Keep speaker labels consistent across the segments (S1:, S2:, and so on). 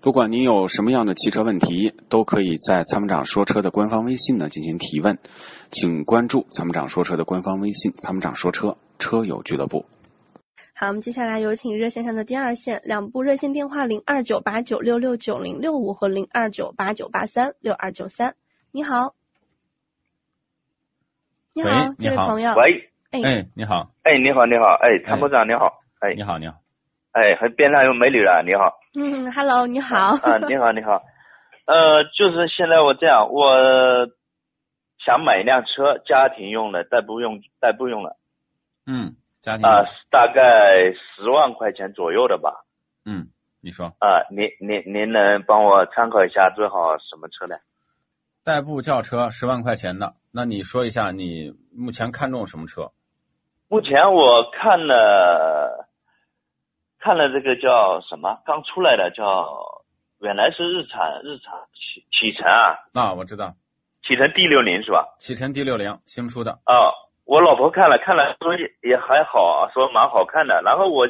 S1: 不管您有什么样的汽车问题，都可以在参谋长说车的官方微信呢进行提问，请关注参谋长说车的官方微信“参谋长说车车友俱乐部”。
S2: 好，我们接下来有请热线上的第二线两部热线电话零二九八九六六九零六五和零二九八九八三六二九三。你好，你好，
S3: 喂
S2: 这
S3: 你
S2: 位
S3: 好
S2: 朋友，
S4: 喂，
S2: 哎，
S3: 哎，你好，
S4: 哎，你好，你好，哎，参谋长你好，哎，
S3: 你好，你好，
S4: 哎，还边上有美女了，你好，
S2: 嗯，Hello，你好，
S4: 啊，你好，你好，呃，就是现在我这样，我想买一辆车，家庭用的，代步用，代步用的，
S3: 嗯，家庭，
S4: 啊、大概十万块钱左右的吧，
S3: 嗯，你说，
S4: 啊、您您您能帮我参考一下，最好什么车呢？
S3: 代步轿车十万块钱的，那你说一下你目前看中什么车？
S4: 目前我看了看了这个叫什么，刚出来的叫，原来是日产日产启启辰啊，
S3: 啊，我知道，
S4: 启辰 D 六零是吧？
S3: 启辰 D 六零新出的，
S4: 啊，我老婆看了看了，说也也还好，啊说蛮好看的。然后我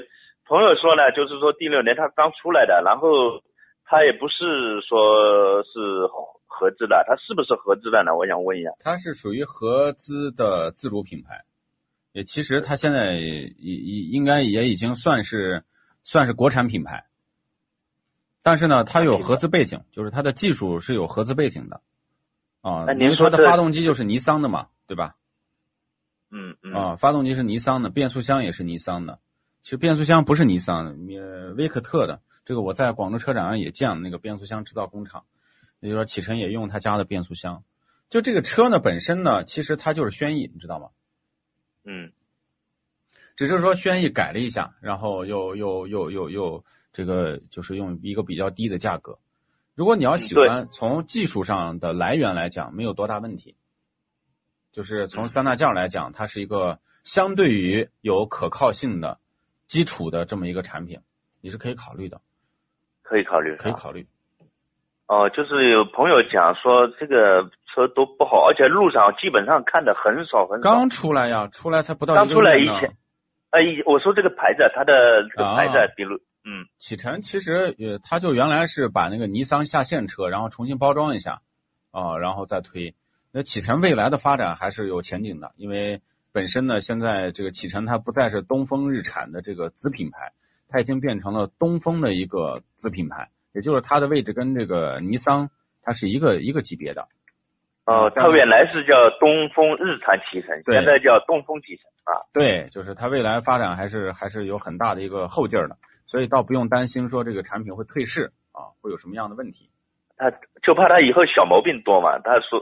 S4: 朋友说呢，就是说第六年它刚出来的，然后它也不是说是合资的，它是不是合资的呢？我想问一下。
S3: 它是属于合资的自主品牌，也其实它现在也也应该也已经算是算是国产品牌，但是呢，它有合资背景，就是它的技术是有合资背景的，啊，
S4: 那您
S3: 因为它
S4: 说
S3: 的
S4: 这
S3: 发动机就是尼桑的嘛，对吧？
S4: 嗯嗯
S3: 啊，发动机是尼桑的，变速箱也是尼桑的。其实变速箱不是尼桑的，呃，威克特的。这个我在广州车展上也见了那个变速箱制造工厂，也就是说启辰也用他家的变速箱。就这个车呢本身呢，其实它就是轩逸，你知道吗？
S4: 嗯
S3: 只是说轩逸改了一下，然后又又又又又这个就是用一个比较低的价格。如果你要喜欢，从技术上的来源来讲，没有多大问题。就是从三大件儿来讲，它是一个相对于有可靠性的基础的这么一个产品，你是可以考虑的，
S4: 可以考虑，啊
S3: 可以考虑。
S4: 哦，就是有朋友讲说这个车都不好，而且路上基本上看的很少很少。
S3: 刚出来呀，出来才不到一个
S4: 刚出来
S3: 月
S4: 以
S3: 呢
S4: 前哎，我说这个牌子啊，它的这个
S3: 啊
S4: 牌子啊，比如嗯
S3: 启辰其实呃，它就原来是把那个尼桑下线车，然后重新包装一下啊、然后再推。那启辰未来的发展还是有前景的，因为本身呢，现在这个启辰它不再是东风日产的这个子品牌，它已经变成了东风的一个子品牌，也就是它的位置跟这个尼桑它是一个一个级别的。
S4: 哦，它原来是叫东风日产启辰，
S3: 啊对
S4: 现在叫东风启辰啊。
S3: 对，就是它未来发展还是还是有很大的一个后劲儿的，所以倒不用担心说这个产品会退市啊，会有什么样的问题。
S4: 他就怕他以后小毛病多嘛。他说，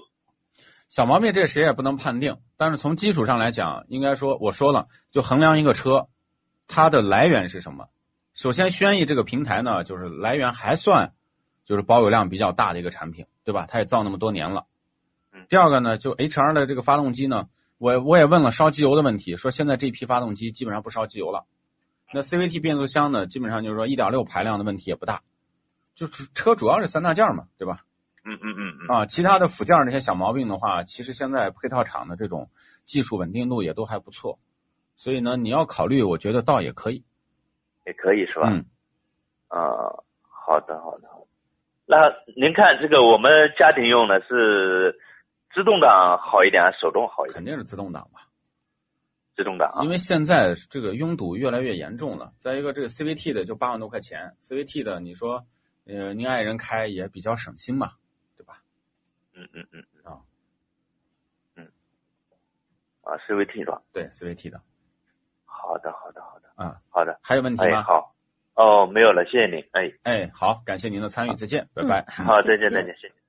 S3: 小毛病这谁也不能判定，但是从基础上来讲，应该说我说了，就衡量一个车它的来源是什么。首先，轩逸这个平台呢，就是来源还算就是保有量比较大的一个产品，对吧？它也造那么多年了
S4: 嗯。
S3: 第二个呢，就 H R 的这个发动机呢，我我也问了烧机油的问题，说现在这批发动机基本上不烧机油了。那 C V T 变速箱呢，基本上就是说一点六排量的问题也不大，就是车主要是三大件儿嘛，对吧？
S4: 嗯嗯嗯嗯，
S3: 啊，其他的辅件儿这些小毛病的话，其实现在配套厂的这种技术稳定度也都还不错，所以呢，你要考虑，我觉得倒也可以，
S4: 也可以是吧？
S3: 嗯，
S4: 啊、好的好的好的。那您看这个我们家庭用的是自动挡好一点，还是手动好一点
S3: 肯？定是自动挡吧，
S4: 自动挡啊
S3: 因。为现在这个拥堵越来越严重了，再一个这个 CVT 的就八万多块钱，CVT 的你说，呃，您爱人开也比较省心嘛，对吧？
S4: 嗯嗯嗯嗯
S3: 啊
S4: 嗯啊，CVT 是吧？
S3: 对 CVT 的
S4: 好的好的好的
S3: 啊，
S4: 好的，
S3: 还有问题
S4: 哎
S3: 吗？
S4: 好。哦，没有了，谢谢您。哎，
S3: 哎，好，感谢您的参与，再见，拜拜。
S2: 嗯好
S4: 好，
S2: 再
S4: 再见
S2: 见
S4: 再见，谢谢。